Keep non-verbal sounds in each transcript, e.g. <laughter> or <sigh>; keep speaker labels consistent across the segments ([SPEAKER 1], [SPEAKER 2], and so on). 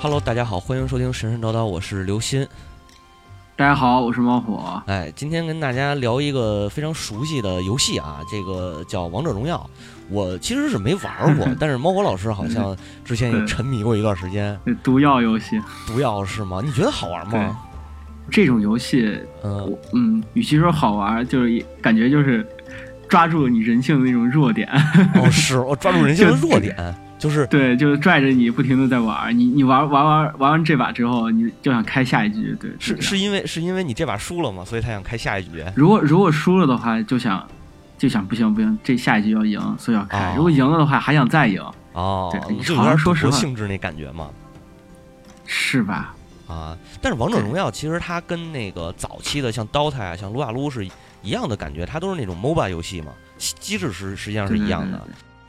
[SPEAKER 1] Hello，大家好，欢迎收听神神叨叨，我是刘鑫。
[SPEAKER 2] 大家好，我是猫火。
[SPEAKER 1] 哎，今天跟大家聊一个非常熟悉的游戏啊，这个叫《王者荣耀》。我其实是没玩
[SPEAKER 2] <laughs>
[SPEAKER 1] 过，但是猫火老师好像之前也沉迷过一段时间。
[SPEAKER 2] 这毒药游戏
[SPEAKER 1] 毒药是吗？你觉得好玩吗？
[SPEAKER 2] 这种游戏，
[SPEAKER 1] 嗯
[SPEAKER 2] <laughs> 我嗯，与其说好玩，就是也感觉就是抓住你人性的那种弱点， <laughs>
[SPEAKER 1] 哦，是我抓住人性的弱点，就是
[SPEAKER 2] 对，就是拽着你不停的在玩。你你玩玩玩玩完这把之后，你就想开下一局，对，
[SPEAKER 1] 是
[SPEAKER 2] 这样。
[SPEAKER 1] 是因为是因为你这把输了嘛，所以他想开下一局。
[SPEAKER 2] 如果如果输了的话，就想就想不行不行，这下一局要赢，所以要开。
[SPEAKER 1] 哦
[SPEAKER 2] 如果赢了的话，还想再赢，
[SPEAKER 1] 哦
[SPEAKER 2] 对，
[SPEAKER 1] 就有
[SPEAKER 2] 好
[SPEAKER 1] 点
[SPEAKER 2] 像说
[SPEAKER 1] 赌博
[SPEAKER 2] 实话
[SPEAKER 1] 性质那感觉嘛。
[SPEAKER 2] 是吧？
[SPEAKER 1] 啊，但是王者
[SPEAKER 2] 对
[SPEAKER 1] 荣耀其实它跟那个早期的像 DOTA 呀、像撸啊撸是一样的感觉，它都是那种 MOBA 游戏嘛，其机制是实际上是
[SPEAKER 2] 对
[SPEAKER 1] 一样的。。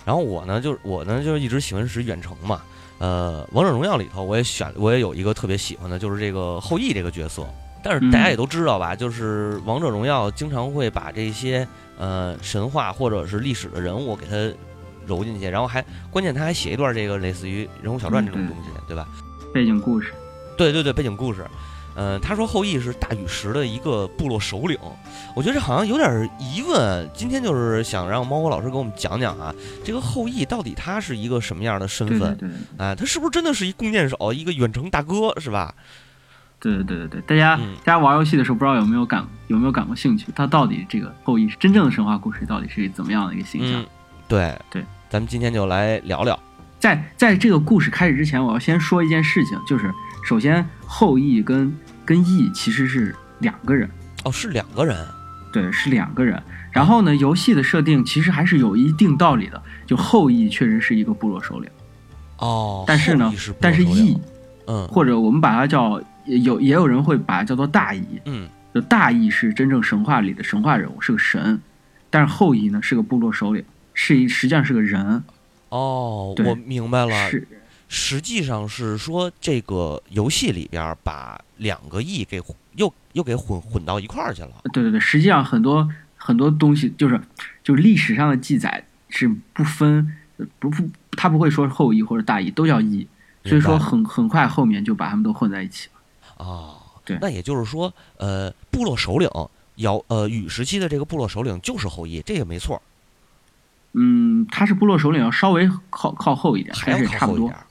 [SPEAKER 1] 然后我呢，就是我呢，就是一直喜欢使远程嘛。呃，王者荣耀里头我也选，我也有一个特别喜欢的，就是这个后羿这个角色。但是大家
[SPEAKER 2] 嗯
[SPEAKER 1] 也都知道吧，就是王者荣耀经常会把这些呃神话或者是历史的人物给它揉进去，然后还关键他还写一段这个类似于人物小传这种
[SPEAKER 2] 嗯嗯
[SPEAKER 1] 东西，对吧？
[SPEAKER 2] 对对背景故事，
[SPEAKER 1] 对对对，背景故事。嗯、他说后羿是大禹石的一个部落首领，我觉得这好像有点疑问。今天就是想让猫火老师给我们讲讲啊，这个后羿到底他是一个什么样的身
[SPEAKER 2] 对
[SPEAKER 1] 份
[SPEAKER 2] 对对。
[SPEAKER 1] 啊、他是不是真的是一弓箭手，一个远程大哥，是吧？
[SPEAKER 2] 对对对对对，大家、
[SPEAKER 1] 嗯
[SPEAKER 2] 大家玩游戏的时候，不知道有没有感有没有感过兴趣？它到底这个后羿真正的神话故事到底是怎么样的一个形象？
[SPEAKER 1] 嗯，对
[SPEAKER 2] 对，
[SPEAKER 1] 咱们今天就来聊聊。
[SPEAKER 2] 在在这个故事开始之前，我要先说一件事情，就是首先后羿跟跟羿其实是两个人，
[SPEAKER 1] 哦，是两个人，
[SPEAKER 2] 对，是两个人。然后呢，游戏的设定其实还是有一定道理的，就后羿确实是一个部落首领，
[SPEAKER 1] 哦，
[SPEAKER 2] 但是
[SPEAKER 1] 后
[SPEAKER 2] 呢
[SPEAKER 1] 羿部落
[SPEAKER 2] 但是
[SPEAKER 1] 首领
[SPEAKER 2] 羿，
[SPEAKER 1] 嗯
[SPEAKER 2] 或者我们把它叫也有也有人会把它叫做大羿，
[SPEAKER 1] 嗯，
[SPEAKER 2] 就大羿是真正神话里的神话人物，是个神，但是后羿呢是个部落首领，是一实际上是个人，
[SPEAKER 1] 哦，
[SPEAKER 2] 对
[SPEAKER 1] 我明白了，
[SPEAKER 2] 是
[SPEAKER 1] 实际上是说这个游戏里边儿把两个亿给混又又给混混到一块儿去了。
[SPEAKER 2] 对对对，实际上很多很多东西就是就是历史上的记载是不分不不，他不会说后羿或者大羿都叫羿，所以说
[SPEAKER 1] 明白
[SPEAKER 2] 很很快后面就把他们都混在一起了。
[SPEAKER 1] 哦，
[SPEAKER 2] 对
[SPEAKER 1] 那也就是说，呃，部落首领尧呃禹时期的这个部落首领就是后羿，这也没错儿，
[SPEAKER 2] 嗯，他是部落首领要稍微靠靠后一点，
[SPEAKER 1] 还
[SPEAKER 2] 但是
[SPEAKER 1] 要
[SPEAKER 2] 也差
[SPEAKER 1] 靠
[SPEAKER 2] 不
[SPEAKER 1] 后一
[SPEAKER 2] 多
[SPEAKER 1] 点。儿。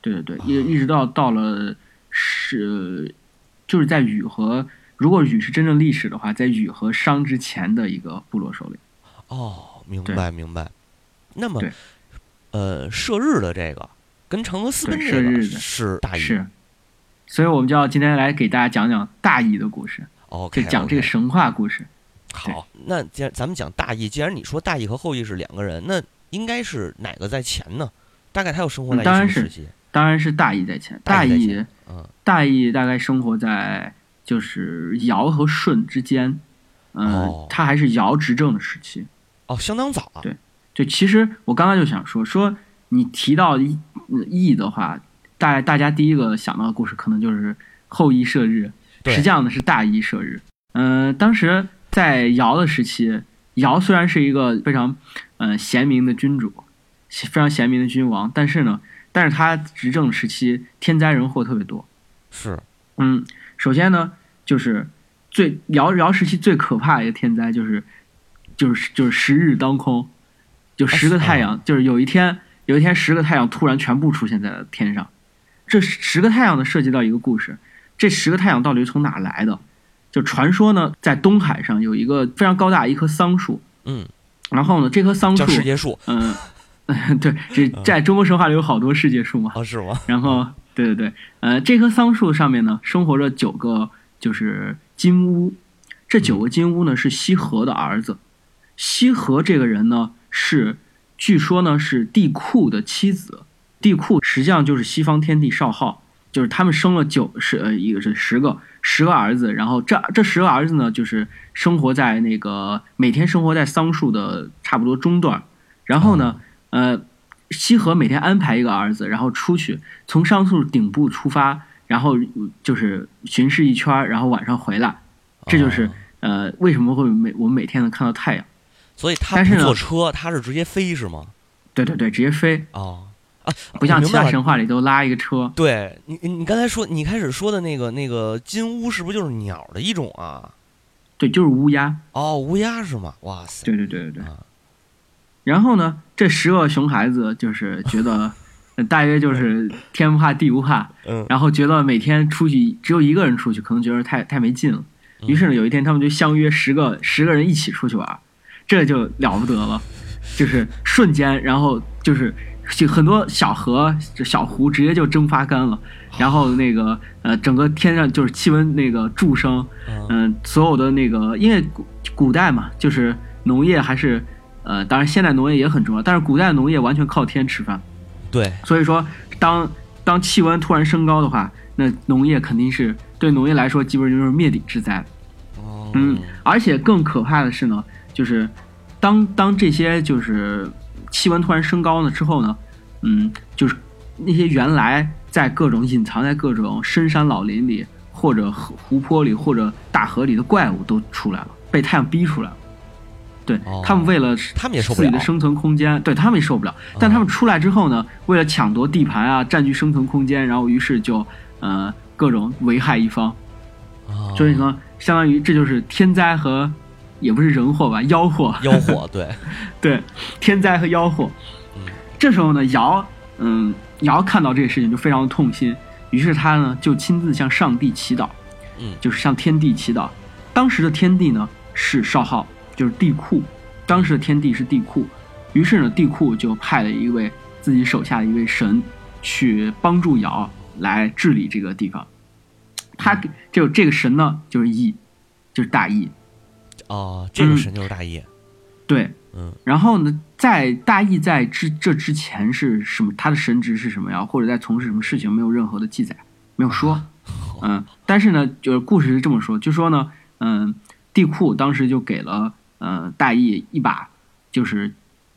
[SPEAKER 2] 对对对，
[SPEAKER 1] 啊
[SPEAKER 2] 一一直到到了是，就是在禹和如果禹是真正历史的话，在禹和商之前的一个部落首领。
[SPEAKER 1] 哦，明
[SPEAKER 2] 对
[SPEAKER 1] 白明白。那么
[SPEAKER 2] 对，
[SPEAKER 1] 呃，射日的这个跟嫦娥私奔
[SPEAKER 2] 对
[SPEAKER 1] 这
[SPEAKER 2] 射
[SPEAKER 1] 个
[SPEAKER 2] 日的
[SPEAKER 1] 是大禹
[SPEAKER 2] 是，所以我们就要今天来给大家讲讲大禹的故事，就
[SPEAKER 1] ，OK，
[SPEAKER 2] 讲这个
[SPEAKER 1] OK
[SPEAKER 2] 神话故事。
[SPEAKER 1] 好，那既然咱们讲大羿，既然你说大羿和后羿是两个人，那应该是哪个在前呢？大概他又生活
[SPEAKER 2] 嗯
[SPEAKER 1] 在一
[SPEAKER 2] 当
[SPEAKER 1] 个什
[SPEAKER 2] 然
[SPEAKER 1] 么时
[SPEAKER 2] 是
[SPEAKER 1] 期？
[SPEAKER 2] 当然是大禹在前，
[SPEAKER 1] 大
[SPEAKER 2] 大
[SPEAKER 1] 禹在
[SPEAKER 2] 禹
[SPEAKER 1] 前嗯，
[SPEAKER 2] 大禹大概生活在就是尧和舜之间，嗯、
[SPEAKER 1] 哦
[SPEAKER 2] 他还是尧执政的时期。
[SPEAKER 1] 哦，相当早啊。
[SPEAKER 2] 对就其实我刚刚就想说，说你提到羿羿的话，大大家第一个想到的故事可能就是后羿射日，
[SPEAKER 1] 对
[SPEAKER 2] 实际上呢是大羿射日。嗯、当时在尧的时期，尧虽然是一个非常嗯、呃贤明的君主，非常贤明的君王，但是呢，但是他执政时期天灾人祸特别多。
[SPEAKER 1] 是
[SPEAKER 2] 嗯，首先呢，就是最尧尧时期最可怕的一个天灾就是，就是就是十日当空，就十个太
[SPEAKER 1] 啊
[SPEAKER 2] 阳，就是有一天有一天十个太阳突然全部出现在了天上。这十个太阳呢，涉及到一个故事，这十个太阳到底是从哪来的？就传说呢，在东海上有一个非常高大一棵桑树，
[SPEAKER 1] 嗯，
[SPEAKER 2] 然后呢，这棵桑
[SPEAKER 1] 叫
[SPEAKER 2] 树，
[SPEAKER 1] 世界嗯树
[SPEAKER 2] 嗯、 <laughs> 对，这在中国神话里有好多世界树嘛，
[SPEAKER 1] 哦，是吗？
[SPEAKER 2] 然后，对对对，呃，这棵桑树上面呢，生活着九个就是金乌，这九个金乌呢是羲和的儿子。羲和这个人呢，是据说呢是帝喾的妻子，帝喾实际上就是西方天帝少昊，就是他们生了九十呃一个是十个十个儿子，然后这这十个儿子呢，就是生活在那个每天生活在桑树的差不多中段儿，然后呢，呃，羲和每天安排一个儿子，然后出去从桑树顶部出发，然后嗯就是巡视一圈儿，然后晚上回来，这就是、
[SPEAKER 1] 哦
[SPEAKER 2] 呃为什么会每我们每天能看到太阳？
[SPEAKER 1] 所以他
[SPEAKER 2] 但
[SPEAKER 1] 不
[SPEAKER 2] 是呢
[SPEAKER 1] 坐车，他是直接飞是吗？
[SPEAKER 2] 对对对，直接飞。
[SPEAKER 1] 哦，啊，
[SPEAKER 2] 不像
[SPEAKER 1] 我明
[SPEAKER 2] 其
[SPEAKER 1] 白
[SPEAKER 2] 他
[SPEAKER 1] 了
[SPEAKER 2] 神话里都拉一个车。
[SPEAKER 1] 对你，你你刚才说，你开始说的那个那个金乌是不是就是鸟的一种啊？
[SPEAKER 2] 对，就是乌鸦。
[SPEAKER 1] 哦，乌鸦是吗？哇塞！
[SPEAKER 2] 对对对对对
[SPEAKER 1] 啊。
[SPEAKER 2] 然后呢，这十个熊孩子就是觉
[SPEAKER 1] <laughs>
[SPEAKER 2] 得，呃大约就是天不怕地不怕，
[SPEAKER 1] 嗯，
[SPEAKER 2] 然后觉得每天出去只有一个人出去，可能觉得太太没劲了。于是呢，有一天他们就相约十个十个人一起出去玩儿，这就了不得了，就是瞬间，然后就是就很多小河、就小湖直接就蒸发干了，然后那个呃，整个天上就是气温那个助升，
[SPEAKER 1] 嗯
[SPEAKER 2] 嗯、所有的那个因为古古代嘛，就是农业还是呃，当然现代农业也很重要，但是古代农业完全靠天吃饭，
[SPEAKER 1] 对，
[SPEAKER 2] 所以说，当当气温突然升高的话，那农业肯定是对农业来说，基本就是灭顶之灾。
[SPEAKER 1] 哦
[SPEAKER 2] 嗯，而且更可怕的是呢，就是当当这些就是气温突然升高了之后呢，嗯，就是那些原来在各种隐藏在各种深山老林里，或者河湖泊里，或者大河里的怪物都出来了，被太阳逼出来了。对、
[SPEAKER 1] 哦
[SPEAKER 2] 他们为了
[SPEAKER 1] 他们也受不
[SPEAKER 2] 自己的
[SPEAKER 1] 了嗯
[SPEAKER 2] 生存空间，对他们也受不了。但他们出来之后呢，为了抢夺地盘啊，占据生存空间，然后于是就呃各种危害一方，
[SPEAKER 1] 哦
[SPEAKER 2] 就是什么，相当于这就是天灾和也不是人祸吧，妖祸，
[SPEAKER 1] 妖火，对，
[SPEAKER 2] <laughs> 对，天灾和妖祸
[SPEAKER 1] 嗯。
[SPEAKER 2] 这时候呢，尧嗯尧看到这个事情就非常的痛心，于是他呢就亲自向上帝祈祷，
[SPEAKER 1] 嗯
[SPEAKER 2] 就是向天帝祈祷。当时的天帝呢是少昊，就是帝喾，当时的天帝是帝喾。于是呢，帝喾就派了一位自己手下的一位神去帮助尧来治理这个地方。他
[SPEAKER 1] 嗯
[SPEAKER 2] 给就这个神呢，就是羿，就是大羿。
[SPEAKER 1] 哦，这个
[SPEAKER 2] 嗯
[SPEAKER 1] 神就是大羿，
[SPEAKER 2] 对，
[SPEAKER 1] 嗯，
[SPEAKER 2] 然后呢，在大义在之这之前是什么？他的神职是什么呀？或者在从事什么事情？没有任何的记载，没有说。嗯，但是呢，就是故事是这么说，就说呢，嗯，帝喾当时就给了呃大义一把，就是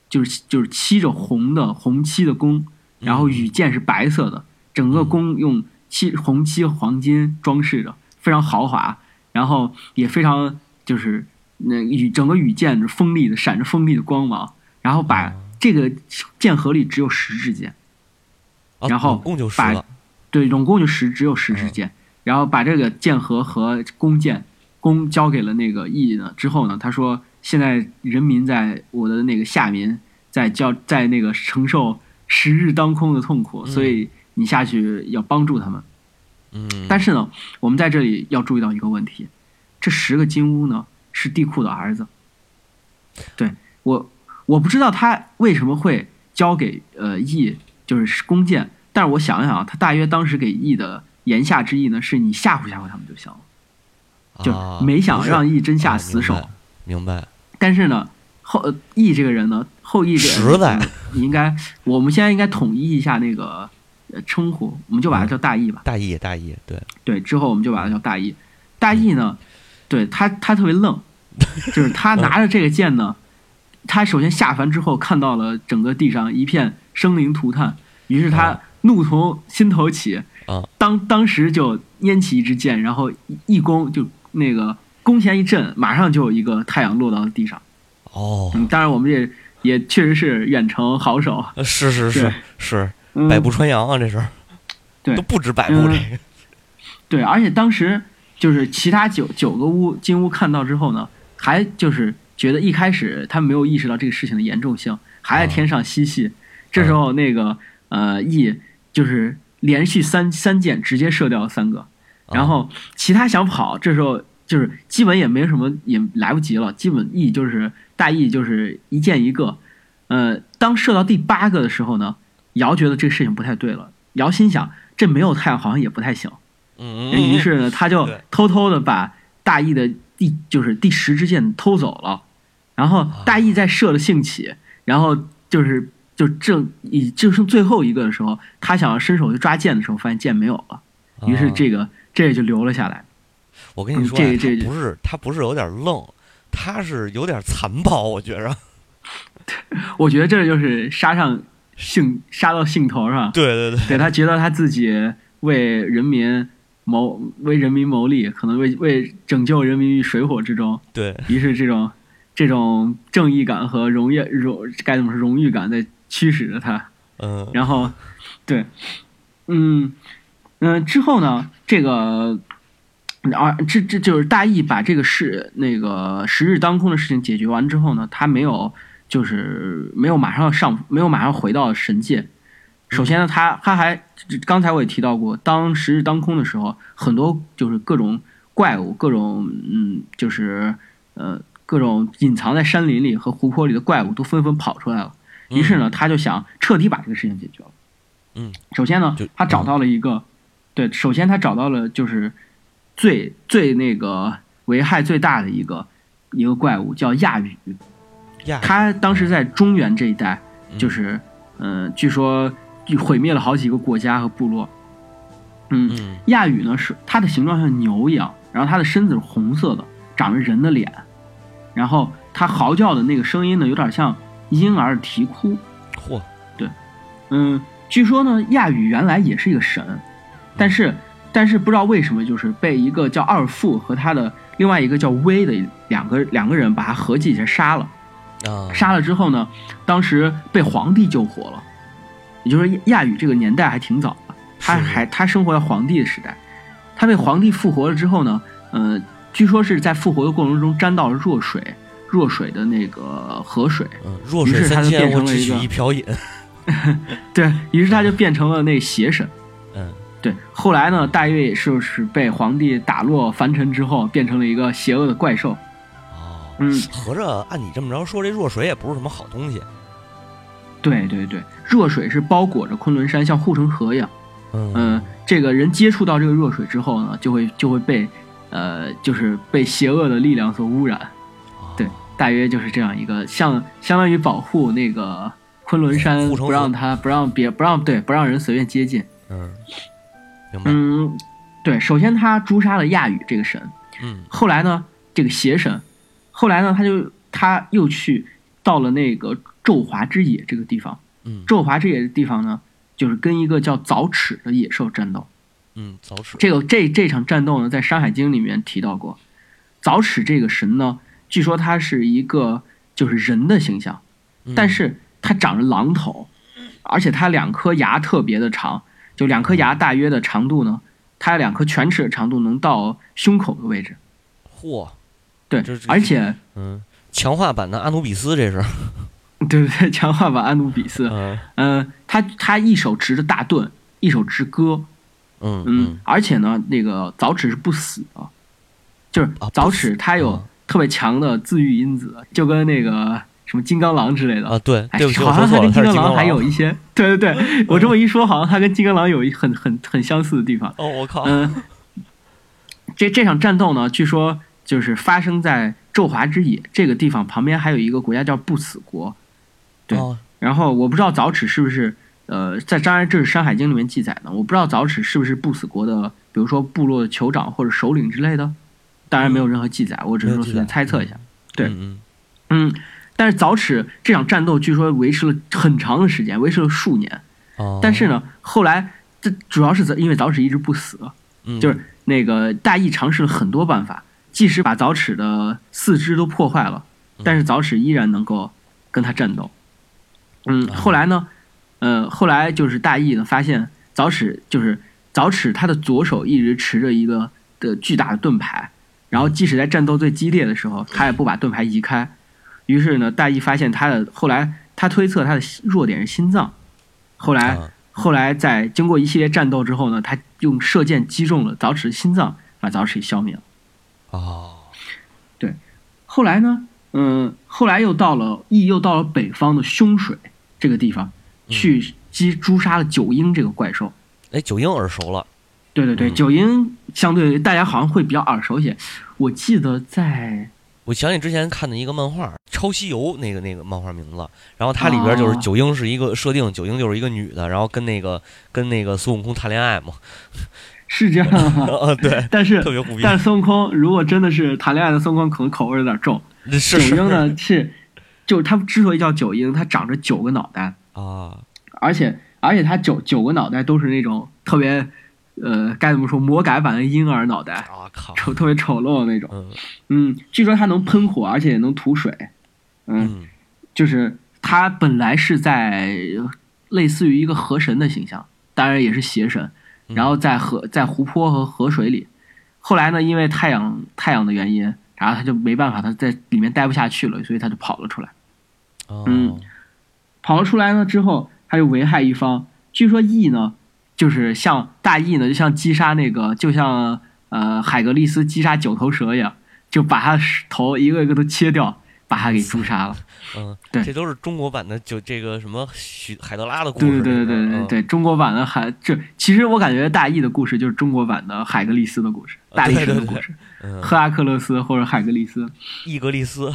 [SPEAKER 2] 就是就是漆着红的红漆的弓，然后羽箭是白色的，整个弓用漆红漆黄金装饰着，非常豪华，然后也非常就是那羽整个羽箭是锋利的，闪着锋利的光芒，然后把这个剑盒里只有十支箭，
[SPEAKER 1] 哦
[SPEAKER 2] 然后
[SPEAKER 1] 总共就十
[SPEAKER 2] 把
[SPEAKER 1] 了，
[SPEAKER 2] 对，总共就十只有十支箭，然后把这个剑盒和弓箭弓交给了那个羿呢之后呢，他说现在人民在我的那个下民在交在那个承受十日当空的痛苦，
[SPEAKER 1] 嗯
[SPEAKER 2] 所以你下去要帮助他们。
[SPEAKER 1] 嗯，
[SPEAKER 2] 但是呢，我们在这里要注意到一个问题：这十个金乌呢是地库的儿子。对我，我不知道他为什么会交给呃羿，就是弓箭。但是我想想啊，他大约当时给羿的言下之意呢，是你吓唬吓唬他们就行了，
[SPEAKER 1] 啊
[SPEAKER 2] 就没想让羿真下死手。，
[SPEAKER 1] 不是啊明白明白，
[SPEAKER 2] 但是呢，后呃羿这个人呢，后羿这个人
[SPEAKER 1] 实在
[SPEAKER 2] 嗯你应该，我们现在应该统一一下那个呃称呼，我们就把他叫大羿吧。
[SPEAKER 1] 大羿大羿，对，
[SPEAKER 2] 对，之后我们就把他叫大义。大义呢，对他他特别愣，就是他拿着这个剑呢，他首先下凡之后看到了整个地上一片生灵涂炭，于是他
[SPEAKER 1] 啊
[SPEAKER 2] 怒从心头起
[SPEAKER 1] 啊，
[SPEAKER 2] 当当时就拈起一支箭，然后一一弓就那个弓弦一震，马上就有一个太阳落到了地上。
[SPEAKER 1] 哦，
[SPEAKER 2] 嗯，当然我们这也确实是远程好手，
[SPEAKER 1] 呃是是是
[SPEAKER 2] 对
[SPEAKER 1] 是，
[SPEAKER 2] 嗯
[SPEAKER 1] 百步穿杨啊，这是，
[SPEAKER 2] 对
[SPEAKER 1] 都不止百步
[SPEAKER 2] 嗯
[SPEAKER 1] 这个，
[SPEAKER 2] 对，而且当时就是其他九九个屋金屋看到之后呢，还就是觉得一开始他没有意识到这个事情的严重性，还在天上嬉戏。这时候那个呃羿就是连续三三箭直接射掉了三个，然后其他想跑，这时候就是基本也没什么，也来不及了。基本羿就是大羿就是一箭一个，呃，当射到第八个的时候呢，尧觉得这个事情不太对了，尧心想这没有太阳好像也不太行。
[SPEAKER 1] 嗯，嗯
[SPEAKER 2] 哎于是呢，他就
[SPEAKER 1] 对
[SPEAKER 2] 偷偷的把大义的第就是第十支箭偷走了，然后大义在射的兴起，然后就是就正已就剩最后一个的时候，他想要伸手去抓箭的时候，发现箭没有了，
[SPEAKER 1] 嗯
[SPEAKER 2] 于是
[SPEAKER 1] 啊
[SPEAKER 2] 这个这就留了下来。
[SPEAKER 1] 我跟你
[SPEAKER 2] 嗯
[SPEAKER 1] 说啊，
[SPEAKER 2] 这个这
[SPEAKER 1] 他
[SPEAKER 2] 个
[SPEAKER 1] 不是他不是有点愣，他是有点残暴，我觉着。 <laughs>
[SPEAKER 2] 我觉得这就是杀上兴杀到兴头上，
[SPEAKER 1] 对对对，
[SPEAKER 2] 对他觉得他自己为人民谋为人民谋利，可能为为拯救人民于水火之中，
[SPEAKER 1] 对
[SPEAKER 2] 于是这种这种正义感和荣誉荣该怎么说荣誉感在驱使着他。
[SPEAKER 1] 嗯
[SPEAKER 2] 然后，对，嗯嗯、呃之后呢，这个而这这就是大义把这个事那个十日当空的事情解决完之后呢，他没有就是没有马上上没有马上回到神界。首先呢，他他还刚才我也提到过，当十日当空的时候，很多就是各种怪物，各种嗯，就是呃各种隐藏在山林里和湖泊里的怪物都纷纷跑出来了。于是呢，他就想彻底把这个事情解决了。
[SPEAKER 1] 嗯，
[SPEAKER 2] 首先呢
[SPEAKER 1] 就，嗯
[SPEAKER 2] 他找到了一个，对，首先他找到了就是最最那个危害最大的一个一个怪物，叫亚羽。
[SPEAKER 1] 嗯呀，
[SPEAKER 2] 他当时在中原这一带，
[SPEAKER 1] 嗯
[SPEAKER 2] 就是嗯、呃据说毁灭了好几个国家和部落。嗯，
[SPEAKER 1] 嗯
[SPEAKER 2] 亚羽呢是它的形状像牛一样，然后它的身子是红色的，长着人的脸，然后它嚎叫的那个声音呢，有点像婴儿啼哭。
[SPEAKER 1] 嚯，
[SPEAKER 2] 嗯，据说呢，亚羽原来也是一个神，但是但是不知道为什么，就是被一个叫二父和他的另外一个叫威的两个两个人把他合计一下杀了。
[SPEAKER 1] 啊，
[SPEAKER 2] 杀了之后呢，当时被皇帝救活了，也就是说亚羽这个年代还挺早的，他
[SPEAKER 1] 是
[SPEAKER 2] 还他生活在皇帝的时代，他被皇帝复活了之后呢，呃，据说是在复活的过程中沾到了弱水，弱水的那个河水，
[SPEAKER 1] 嗯，弱
[SPEAKER 2] 于
[SPEAKER 1] 水
[SPEAKER 2] 是他
[SPEAKER 1] 三
[SPEAKER 2] 就
[SPEAKER 1] 千，
[SPEAKER 2] 变
[SPEAKER 1] 我
[SPEAKER 2] 成了
[SPEAKER 1] 只
[SPEAKER 2] 一
[SPEAKER 1] 取
[SPEAKER 2] 个
[SPEAKER 1] 一瓢饮。
[SPEAKER 2] 对于是他就变成了那个邪神。
[SPEAKER 1] 嗯
[SPEAKER 2] 对，后来呢，大约也是是被皇帝打落凡尘之后，变成了一个邪恶的怪兽。
[SPEAKER 1] 哦，
[SPEAKER 2] 嗯，
[SPEAKER 1] 合着按你这么着说，这弱水也不是什么好东西。
[SPEAKER 2] 对对对，热水是包裹着昆仑山，像护城河一样。嗯、
[SPEAKER 1] 嗯
[SPEAKER 2] 这个人接触到这个热水之后呢，就会就会被，呃，就是被邪恶的力量所污染。
[SPEAKER 1] 哦
[SPEAKER 2] 对，大约就是这样一个，像相当于保护那个昆仑山，
[SPEAKER 1] 护城河
[SPEAKER 2] 不让他不让别不让对不让人随便接近。
[SPEAKER 1] 嗯，明白。
[SPEAKER 2] 嗯，对，首先他诛杀了亚羽这个神，
[SPEAKER 1] 嗯
[SPEAKER 2] 后来呢，这个邪神，后来呢，他就他又去到了那个纣华之野这个地方。
[SPEAKER 1] 嗯
[SPEAKER 2] 纣华之野的地方呢，就是跟一个叫早齿的野兽战斗。
[SPEAKER 1] 嗯，早齿。
[SPEAKER 2] 这个这这场战斗呢，在《山海经》里面提到过。早齿这个神呢，据说他是一个就是人的形象，
[SPEAKER 1] 嗯
[SPEAKER 2] 但是它长着狼头，而且它两颗牙特别的长，就两颗牙大约的长度呢，它两颗犬齿的长度能到胸口的位置。
[SPEAKER 1] 嚯，
[SPEAKER 2] 对
[SPEAKER 1] 这是，
[SPEAKER 2] 而且
[SPEAKER 1] 嗯，强化版的阿努比斯这是。
[SPEAKER 2] 对对对， <laughs> 强化版安努比斯，
[SPEAKER 1] 嗯
[SPEAKER 2] 嗯，他他一手持着大盾，一手持戈，
[SPEAKER 1] 嗯
[SPEAKER 2] 嗯，而且呢，那个早齿是不死的，就是
[SPEAKER 1] 啊
[SPEAKER 2] 早
[SPEAKER 1] 不死
[SPEAKER 2] 齿它有
[SPEAKER 1] 嗯
[SPEAKER 2] 特别强的自愈因子，就跟那个什么金刚狼之类的
[SPEAKER 1] 啊，对，
[SPEAKER 2] 哎
[SPEAKER 1] 对不起，我
[SPEAKER 2] 好
[SPEAKER 1] 说
[SPEAKER 2] 像它
[SPEAKER 1] 错了，
[SPEAKER 2] 跟
[SPEAKER 1] 他
[SPEAKER 2] 金
[SPEAKER 1] 是
[SPEAKER 2] 刚
[SPEAKER 1] 金
[SPEAKER 2] 狼
[SPEAKER 1] 刚
[SPEAKER 2] 还有
[SPEAKER 1] 狼。
[SPEAKER 2] 一些，对对对，我这么一说，好像它跟金刚狼有一很很很相似的地方。
[SPEAKER 1] 哦，我靠。
[SPEAKER 2] 嗯，这这场战斗呢，据说就是发生在纣华之野这个地方旁边，还有一个国家叫不死国。对
[SPEAKER 1] 哦
[SPEAKER 2] 然后我不知道早齿是不是，呃，在当然这是《山海经》里面记载的，我不知道早齿是不是不死国的，比如说部落的酋长或者首领之类的，当然没有任何记载，我只是说随便猜测一下。对
[SPEAKER 1] 嗯
[SPEAKER 2] 嗯，但是早齿这场战斗据说维持了很长的时间，维持了数年。
[SPEAKER 1] 嗯。哦
[SPEAKER 2] 但是呢，后来这主要是因为早齿一直不死，
[SPEAKER 1] 嗯
[SPEAKER 2] 就是那个大义尝试了很多办法，即使把早齿的四肢都破坏了，但是早齿依然能够跟他战斗。嗯，
[SPEAKER 1] 啊
[SPEAKER 2] 后来呢，呃，后来就是大义呢发现早齿就是早齿，他的左手一直持着一个的巨大的盾牌，然后即使在战斗最激烈的时候，他也不把盾牌移开。于是呢，大义发现他的后来他推测他的弱点是心脏，后来、
[SPEAKER 1] 啊
[SPEAKER 2] 后来在经过一系列战斗之后呢，他用射箭击中了早齿的心脏，把早齿给消灭了。
[SPEAKER 1] 哦，
[SPEAKER 2] 后来呢，嗯，后来又到了羿，又到了北方的凶水这个地方，去击诛杀了九婴这个怪兽。
[SPEAKER 1] 哎，九婴耳熟了。
[SPEAKER 2] 对对对，
[SPEAKER 1] 嗯
[SPEAKER 2] 九婴相对大家好像会比较耳熟些。我记得在
[SPEAKER 1] 我想起之前看的一个漫画《超西游》，那个那个漫画名字，然后它里边就是
[SPEAKER 2] 哦
[SPEAKER 1] 九婴是一个设定，九婴就是一个女的，然后跟那个跟那个孙悟空谈恋爱嘛，？
[SPEAKER 2] 是这样吗
[SPEAKER 1] 啊，
[SPEAKER 2] <laughs>
[SPEAKER 1] 对，特
[SPEAKER 2] 但是
[SPEAKER 1] 别胡逼，
[SPEAKER 2] 但是孙悟空如果真的是谈恋爱的孙悟空，可能口味有点重。
[SPEAKER 1] 是
[SPEAKER 2] 九
[SPEAKER 1] 是 <laughs>
[SPEAKER 2] 婴呢是，就是他之所以叫九婴，它长着九个脑袋。
[SPEAKER 1] 啊，
[SPEAKER 2] 而且而且它九九个脑袋都是那种特别，呃，该怎么说魔改版的婴儿脑袋，
[SPEAKER 1] 啊靠，
[SPEAKER 2] 丑特别丑陋的那种。
[SPEAKER 1] 嗯
[SPEAKER 2] 嗯，据说它能喷火，而且也能吐水。嗯，
[SPEAKER 1] 嗯
[SPEAKER 2] 就是它本来是在类似于一个河神的形象，当然也是邪神。然后在河在湖泊和河水里，后来呢，因为太阳太阳的原因，然后他就没办法，他在里面待不下去了，所以他就跑了出来。
[SPEAKER 1] 哦
[SPEAKER 2] 嗯跑了出来呢之后，他就危害一方。据说羿呢，就是像大羿呢，就像击杀那个，就像呃海格力斯击杀九头蛇一样，就把他头一个一个都切掉，把他给诛杀了。
[SPEAKER 1] 嗯，
[SPEAKER 2] 对
[SPEAKER 1] 这都是中国版的就这个什么许海德拉的故
[SPEAKER 2] 对
[SPEAKER 1] 事
[SPEAKER 2] 对
[SPEAKER 1] 里
[SPEAKER 2] 对对
[SPEAKER 1] 面，
[SPEAKER 2] 对对
[SPEAKER 1] 嗯，
[SPEAKER 2] 对，中国版的海，这其实我感觉大羿的故事就是中国版的海格力斯的故事，
[SPEAKER 1] 啊
[SPEAKER 2] 大力
[SPEAKER 1] 对
[SPEAKER 2] 神
[SPEAKER 1] 对
[SPEAKER 2] 的
[SPEAKER 1] 对
[SPEAKER 2] 故事，
[SPEAKER 1] 嗯，
[SPEAKER 2] 赫拉克勒斯或者海格力斯。
[SPEAKER 1] 伊格利斯，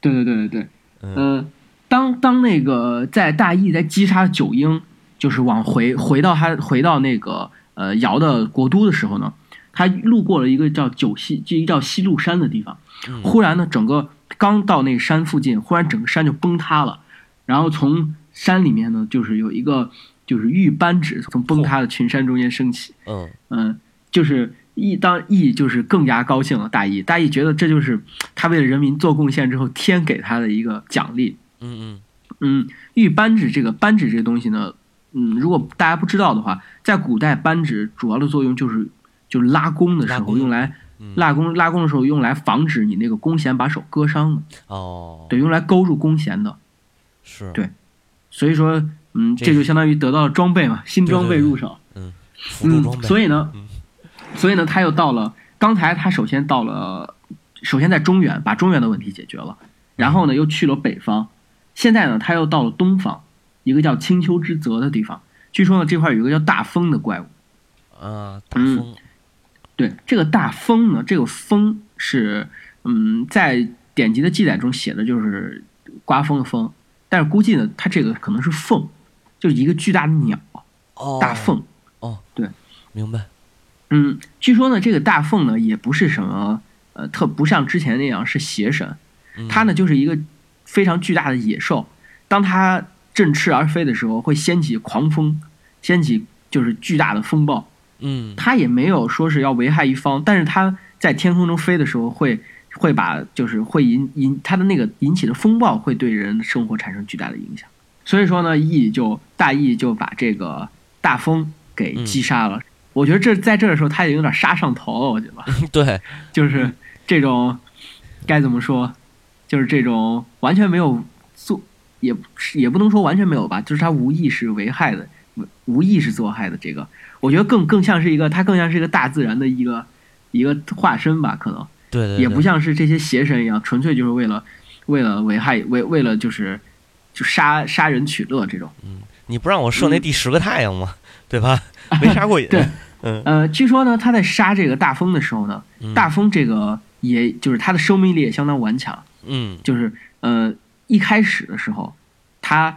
[SPEAKER 2] 对对对对对，
[SPEAKER 1] 嗯
[SPEAKER 2] 呃，当当那个在大羿在击杀九婴，就是往回回到他回到那个呃尧的国都的时候呢，他路过了一个叫九溪，就一个叫西麓山的地方。
[SPEAKER 1] 嗯
[SPEAKER 2] 忽然呢，整个刚到那山附近，忽然整个山就崩塌了，然后从山里面呢，就是有一个就是玉扳指从崩塌的群山中间升起。
[SPEAKER 1] 嗯，
[SPEAKER 2] 嗯，就是羿当羿就是更加高兴了。大羿，大羿觉得这就是他为了人民做贡献之后天给他的一个奖励。
[SPEAKER 1] 嗯
[SPEAKER 2] 嗯，玉扳指这个扳指这个东西呢，嗯，如果大家不知道的话，在古代扳指主要的作用就是就是拉弓的时
[SPEAKER 1] 拉
[SPEAKER 2] 候
[SPEAKER 1] 弓
[SPEAKER 2] 用来
[SPEAKER 1] 嗯
[SPEAKER 2] 拉弓拉弓的时候用来防止你那个弓弦把手割伤的，
[SPEAKER 1] 嗯，哦，
[SPEAKER 2] 对，用来勾住弓弦的。
[SPEAKER 1] 是，
[SPEAKER 2] 对所以说，嗯，
[SPEAKER 1] 这
[SPEAKER 2] 这就相当于得到了装备嘛，新
[SPEAKER 1] 对
[SPEAKER 2] 装
[SPEAKER 1] 对对
[SPEAKER 2] 备入手。
[SPEAKER 1] 辅助装备，
[SPEAKER 2] 嗯。所以呢，
[SPEAKER 1] 嗯
[SPEAKER 2] 所以呢，他又到了刚才他首先到了，首先在中原把中原的问题解决
[SPEAKER 1] 嗯
[SPEAKER 2] 了，然后呢又去了北方，现在呢他又到了东方，一个叫青丘之泽的地方。据说呢这块有一个叫大风的怪物，
[SPEAKER 1] 啊，大
[SPEAKER 2] 嗯
[SPEAKER 1] 风，
[SPEAKER 2] 对这个大风呢，这个风是嗯在典籍的记载中写的就是刮风的风，但是估计呢它这个可能是凤，就是一个巨大的鸟，
[SPEAKER 1] 哦，
[SPEAKER 2] 大，凤。
[SPEAKER 1] 明白，
[SPEAKER 2] 嗯，据说呢，这个大凤呢也不是什么呃特不像之前那样是邪神，
[SPEAKER 1] 嗯
[SPEAKER 2] 它呢就是一个非常巨大的野兽。当它振翅而飞的时候，会掀起狂风，掀起就是巨大的风暴。
[SPEAKER 1] 嗯， <laughs>
[SPEAKER 2] 它也没有说是要危害一方，但是它在天空中飞的时候会会把就是会引引它的那个引起的风暴会对人的生活产生巨大的影响。所以说呢，羿就大羿就把这个大风给击杀了。我觉得这在这儿的时候他也有点杀上头了，我觉得
[SPEAKER 1] 对，
[SPEAKER 2] 就是这种该怎么说，就是这种完全没有做，也不是也不能说完全没有吧，就是他无意识为害的，无无意识做害的这个，我觉得更更像是一个，他更像是一个大自然的一个一个化身吧，可能
[SPEAKER 1] 对对，
[SPEAKER 2] 也
[SPEAKER 1] 对
[SPEAKER 2] 不像是这些邪神一样，纯粹就是为了为了危害为为了就是就杀杀人取乐这种。
[SPEAKER 1] 你不让我射那
[SPEAKER 2] 嗯
[SPEAKER 1] 第十个太阳吗？对吧？没杀过瘾，
[SPEAKER 2] <laughs> 对
[SPEAKER 1] 嗯，
[SPEAKER 2] 呃，据说呢，他在杀这个大风的时候呢，
[SPEAKER 1] 嗯，
[SPEAKER 2] 大风这个也就是他的生命力也相当顽强。
[SPEAKER 1] 嗯，
[SPEAKER 2] 就是呃，一开始的时候，他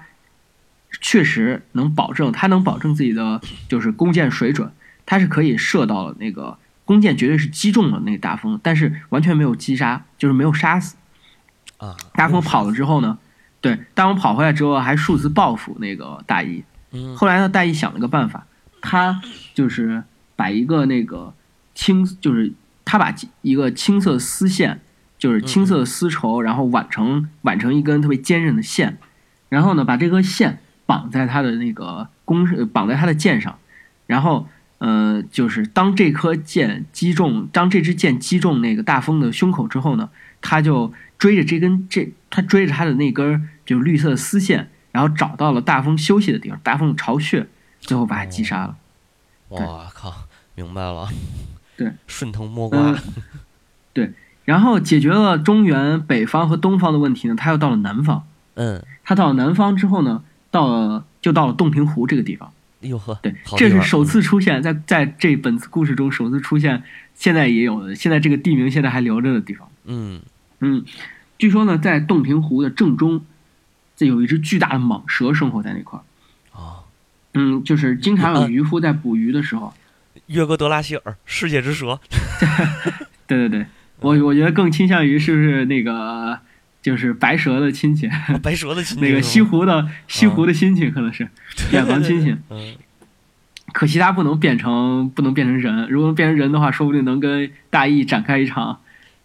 [SPEAKER 2] 确实能保证，他能保证自己的就是弓箭水准，他是可以射到了那个弓箭，绝对是击中了那个大风，但是完全没有击杀，就是没有杀死。
[SPEAKER 1] 啊，
[SPEAKER 2] 大风跑了之后呢，对，大风跑回来之后还数次报复那个大一，
[SPEAKER 1] 嗯，
[SPEAKER 2] 后来呢，大义想了个办法，他就是把一个那个青，就是他把一个青色丝线，就是青色的丝绸，然后挽成挽成一根特别坚韧的线，然后呢，把这根线绑在他的那个弓，呃绑在他的箭上，然后呃，就是当这颗箭击中，当这支箭击中那个大风的胸口之后呢，他就追着这根这，他追着他的那根儿就绿色的丝线，然后找到了大风休息的地方，大风巢穴，最后把他击杀了。
[SPEAKER 1] 我靠，明白了，
[SPEAKER 2] 对，
[SPEAKER 1] <laughs> 顺藤摸瓜，
[SPEAKER 2] 嗯，对，然后解决了中原北方和东方的问题呢，他又到了南方。
[SPEAKER 1] 嗯，
[SPEAKER 2] 他到了南方之后呢，到了就到了洞庭湖这个地方。
[SPEAKER 1] 哟呵，
[SPEAKER 2] 对，
[SPEAKER 1] 好
[SPEAKER 2] 这
[SPEAKER 1] 地
[SPEAKER 2] 是
[SPEAKER 1] 方
[SPEAKER 2] 首次出现在在这本次故事中首次出现，现在也有的，现在这个地名现在还留着的地方。
[SPEAKER 1] 嗯，
[SPEAKER 2] 嗯，据说呢，在洞庭湖的正中，这有一只巨大的蟒蛇生活在那块儿。
[SPEAKER 1] 啊，
[SPEAKER 2] 嗯，就是经常有渔夫在捕鱼的时候，
[SPEAKER 1] 约格德拉希尔，世界之
[SPEAKER 2] <laughs>
[SPEAKER 1] 蛇，
[SPEAKER 2] 对对对，
[SPEAKER 1] 嗯
[SPEAKER 2] 我我觉得更倾向于是不是那个就是白蛇的亲戚，
[SPEAKER 1] 白蛇的亲戚
[SPEAKER 2] 那个西
[SPEAKER 1] 是吗，
[SPEAKER 2] 湖的西
[SPEAKER 1] 啊
[SPEAKER 2] 湖的亲戚可能是 <laughs> 远房亲戚。
[SPEAKER 1] 嗯，
[SPEAKER 2] 可惜他不能变成不能变成人，如果能变成人的话，说不定能跟大义展开一场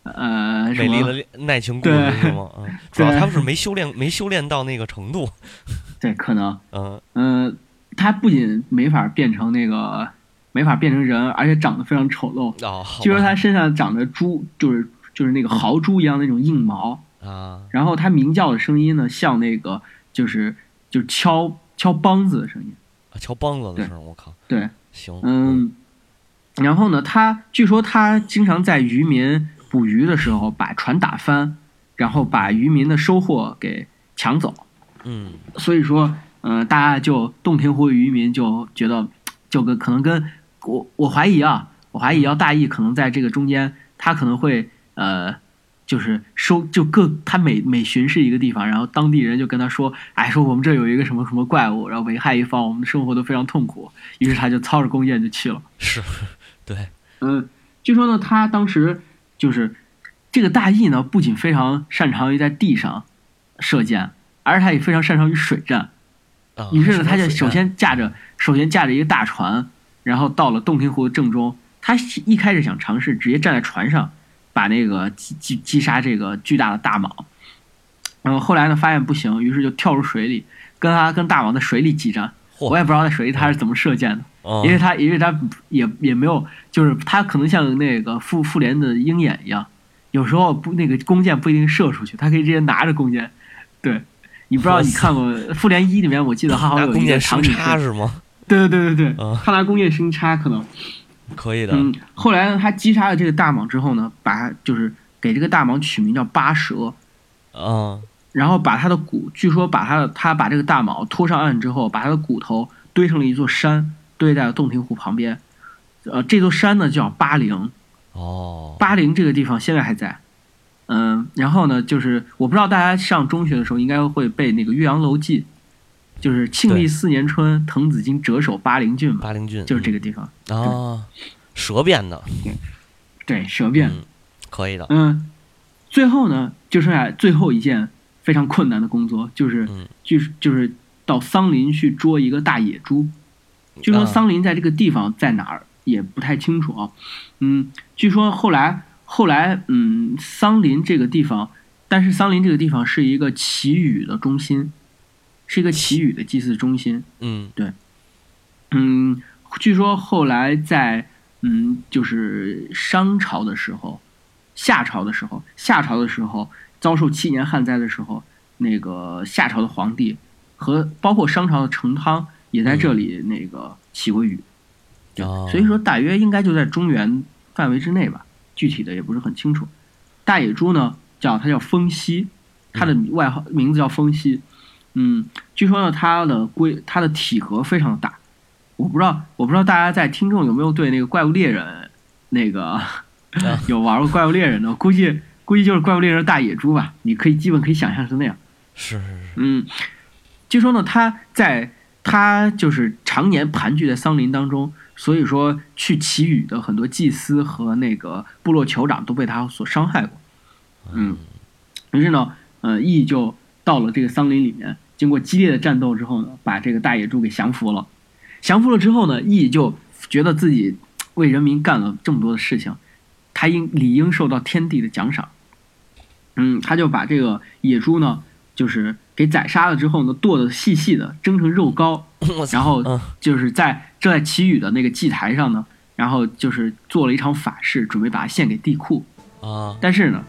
[SPEAKER 2] 呃什
[SPEAKER 1] 美丽
[SPEAKER 2] 么
[SPEAKER 1] 的爱情故事
[SPEAKER 2] 对
[SPEAKER 1] 是吗？
[SPEAKER 2] <laughs>
[SPEAKER 1] 嗯，主要
[SPEAKER 2] 对
[SPEAKER 1] 他们是没修炼，没修炼到那个程度。
[SPEAKER 2] 对，可能
[SPEAKER 1] 嗯，
[SPEAKER 2] 嗯，他不仅没法变成那个，没法变成人，而且长得非常丑陋。
[SPEAKER 1] 哦，好吧嗯
[SPEAKER 2] 据说他身上长着猪，就是就是那个豪猪一样那种硬毛。
[SPEAKER 1] 啊，
[SPEAKER 2] 然后他鸣叫的声音呢，像那个就是就是敲敲梆子的声音。
[SPEAKER 1] 啊乔梆子的
[SPEAKER 2] 对
[SPEAKER 1] 事儿，我靠，
[SPEAKER 2] 对，
[SPEAKER 1] 行，
[SPEAKER 2] 嗯。然后呢，他据说他经常在渔民捕鱼的时候把船打翻，然后把渔民的收获给抢走。
[SPEAKER 1] 嗯，
[SPEAKER 2] 所以说，嗯、大家就洞庭湖渔民就觉得，就跟可能跟我我怀疑啊，我怀疑姚大义可能在这个中间，他可能会呃，就是收就各他每每巡视一个地方，然后当地人就跟他说，哎，说我们这儿有一个什么什么怪物，然后危害一方，我们的生活都非常痛苦，于是他就操着弓箭就去了。
[SPEAKER 1] 是，对，
[SPEAKER 2] 嗯，据说呢，他当时就是这个大义呢，不仅非常擅长于在地上射箭，而且他也非常擅长于水战。
[SPEAKER 1] 啊，
[SPEAKER 2] 于是呢，
[SPEAKER 1] 什么
[SPEAKER 2] 他就
[SPEAKER 1] 水
[SPEAKER 2] 首
[SPEAKER 1] 战
[SPEAKER 2] 先驾着首先驾着一个大船，然后到了洞庭湖的正中。他一开始想尝试直接站在船上，把那个击击击杀这个巨大的大蟒。然后后来呢，发现不行，于是就跳入水里，跟他跟大蟒在水里激战。
[SPEAKER 1] 嚯
[SPEAKER 2] 我也不知道在水里他是怎么射箭的，
[SPEAKER 1] 嗯
[SPEAKER 2] 因为他因为他也也没有，就是他可能像那个复复联的鹰眼一样，有时候不那个弓箭不一定射出去，他可以直接拿着弓箭。对，你不知道
[SPEAKER 1] 哇
[SPEAKER 2] 你
[SPEAKER 1] 塞
[SPEAKER 2] 看过《复联一》里面，我记得他好
[SPEAKER 1] 拿
[SPEAKER 2] 像有
[SPEAKER 1] 弓
[SPEAKER 2] 一个
[SPEAKER 1] 箭生
[SPEAKER 2] 场景
[SPEAKER 1] 叉
[SPEAKER 2] 是，
[SPEAKER 1] 是吗？
[SPEAKER 2] 对对对对对，
[SPEAKER 1] 啊，
[SPEAKER 2] 他拿弓箭生叉可能。
[SPEAKER 1] 可以的，
[SPEAKER 2] 嗯，后来呢，他击杀了这个大蟒之后呢，把就是给这个大蟒取名叫八蛇，
[SPEAKER 1] 啊，
[SPEAKER 2] 然后把它的骨，据说把它的他把这个大蟒拖上岸之后，把它的骨头堆成了一座山，堆在了洞庭湖旁边。呃，这座山呢叫巴陵，
[SPEAKER 1] 哦，
[SPEAKER 2] 巴陵这个地方现在还在。嗯，然后呢，就是我不知道大家上中学的时候应该会背那个《岳阳楼记》，就是庆历
[SPEAKER 1] 对
[SPEAKER 2] 四年春，滕子京折守巴陵郡嘛，
[SPEAKER 1] 巴陵郡
[SPEAKER 2] 就是这个地方。
[SPEAKER 1] 个啊，蛇变的，
[SPEAKER 2] 对，舌辩。
[SPEAKER 1] 嗯，可以的，
[SPEAKER 2] 嗯，最后呢，就剩下最后一件非常困难的工作，就是
[SPEAKER 1] 嗯
[SPEAKER 2] 就是就是到桑林去捉一个大野猪。据说
[SPEAKER 1] 啊
[SPEAKER 2] 桑林在这个地方在哪儿也不太清楚啊。嗯，据说后来后来嗯，桑林这个地方，但是桑林这个地方是一个祈雨的中心，是一个祈雨的祭祀中心。
[SPEAKER 1] 嗯
[SPEAKER 2] 嗯，据说后来在嗯，就是商朝的时候，夏朝的时候，夏朝的时候遭受七年旱灾的时候，那个夏朝的皇帝和包括商朝的成汤也在这里那个起过雨，对
[SPEAKER 1] 哦
[SPEAKER 2] 所以说大约应该就在中原范围之内吧，具体的也不是很清楚。大野猪呢，叫它叫风息，它的外号名字叫风息。嗯，据说呢，它的龟它的体格非常大，我不知道我不知道大家在听众有没有对那个怪物猎人那个、有玩过怪物猎人的，估计估计就是怪物猎人大野猪吧，你可以基本可以想象是那样。
[SPEAKER 1] 是是是，
[SPEAKER 2] 嗯，据说呢，他在他就是常年盘踞在桑林当中，所以说去祈雨的很多祭司和那个部落酋长都被他所伤害过。嗯，于是呢，呃，羿就到了这个桑林里面，经过激烈的战斗之后呢，把这个大野猪给降服了。降服了之后呢，羿就觉得自己为人民干了这么多的事情，他应理应受到天地的奖赏。嗯，他就把这个野猪呢，就是给宰杀了之后呢，剁得细细的，蒸成肉糕，
[SPEAKER 1] 我操
[SPEAKER 2] 然后
[SPEAKER 1] 嗯
[SPEAKER 2] 就是在正在祈雨的那个祭台上呢，然后就是做了一场法事，准备把它献给地库。
[SPEAKER 1] 啊，
[SPEAKER 2] 但是呢，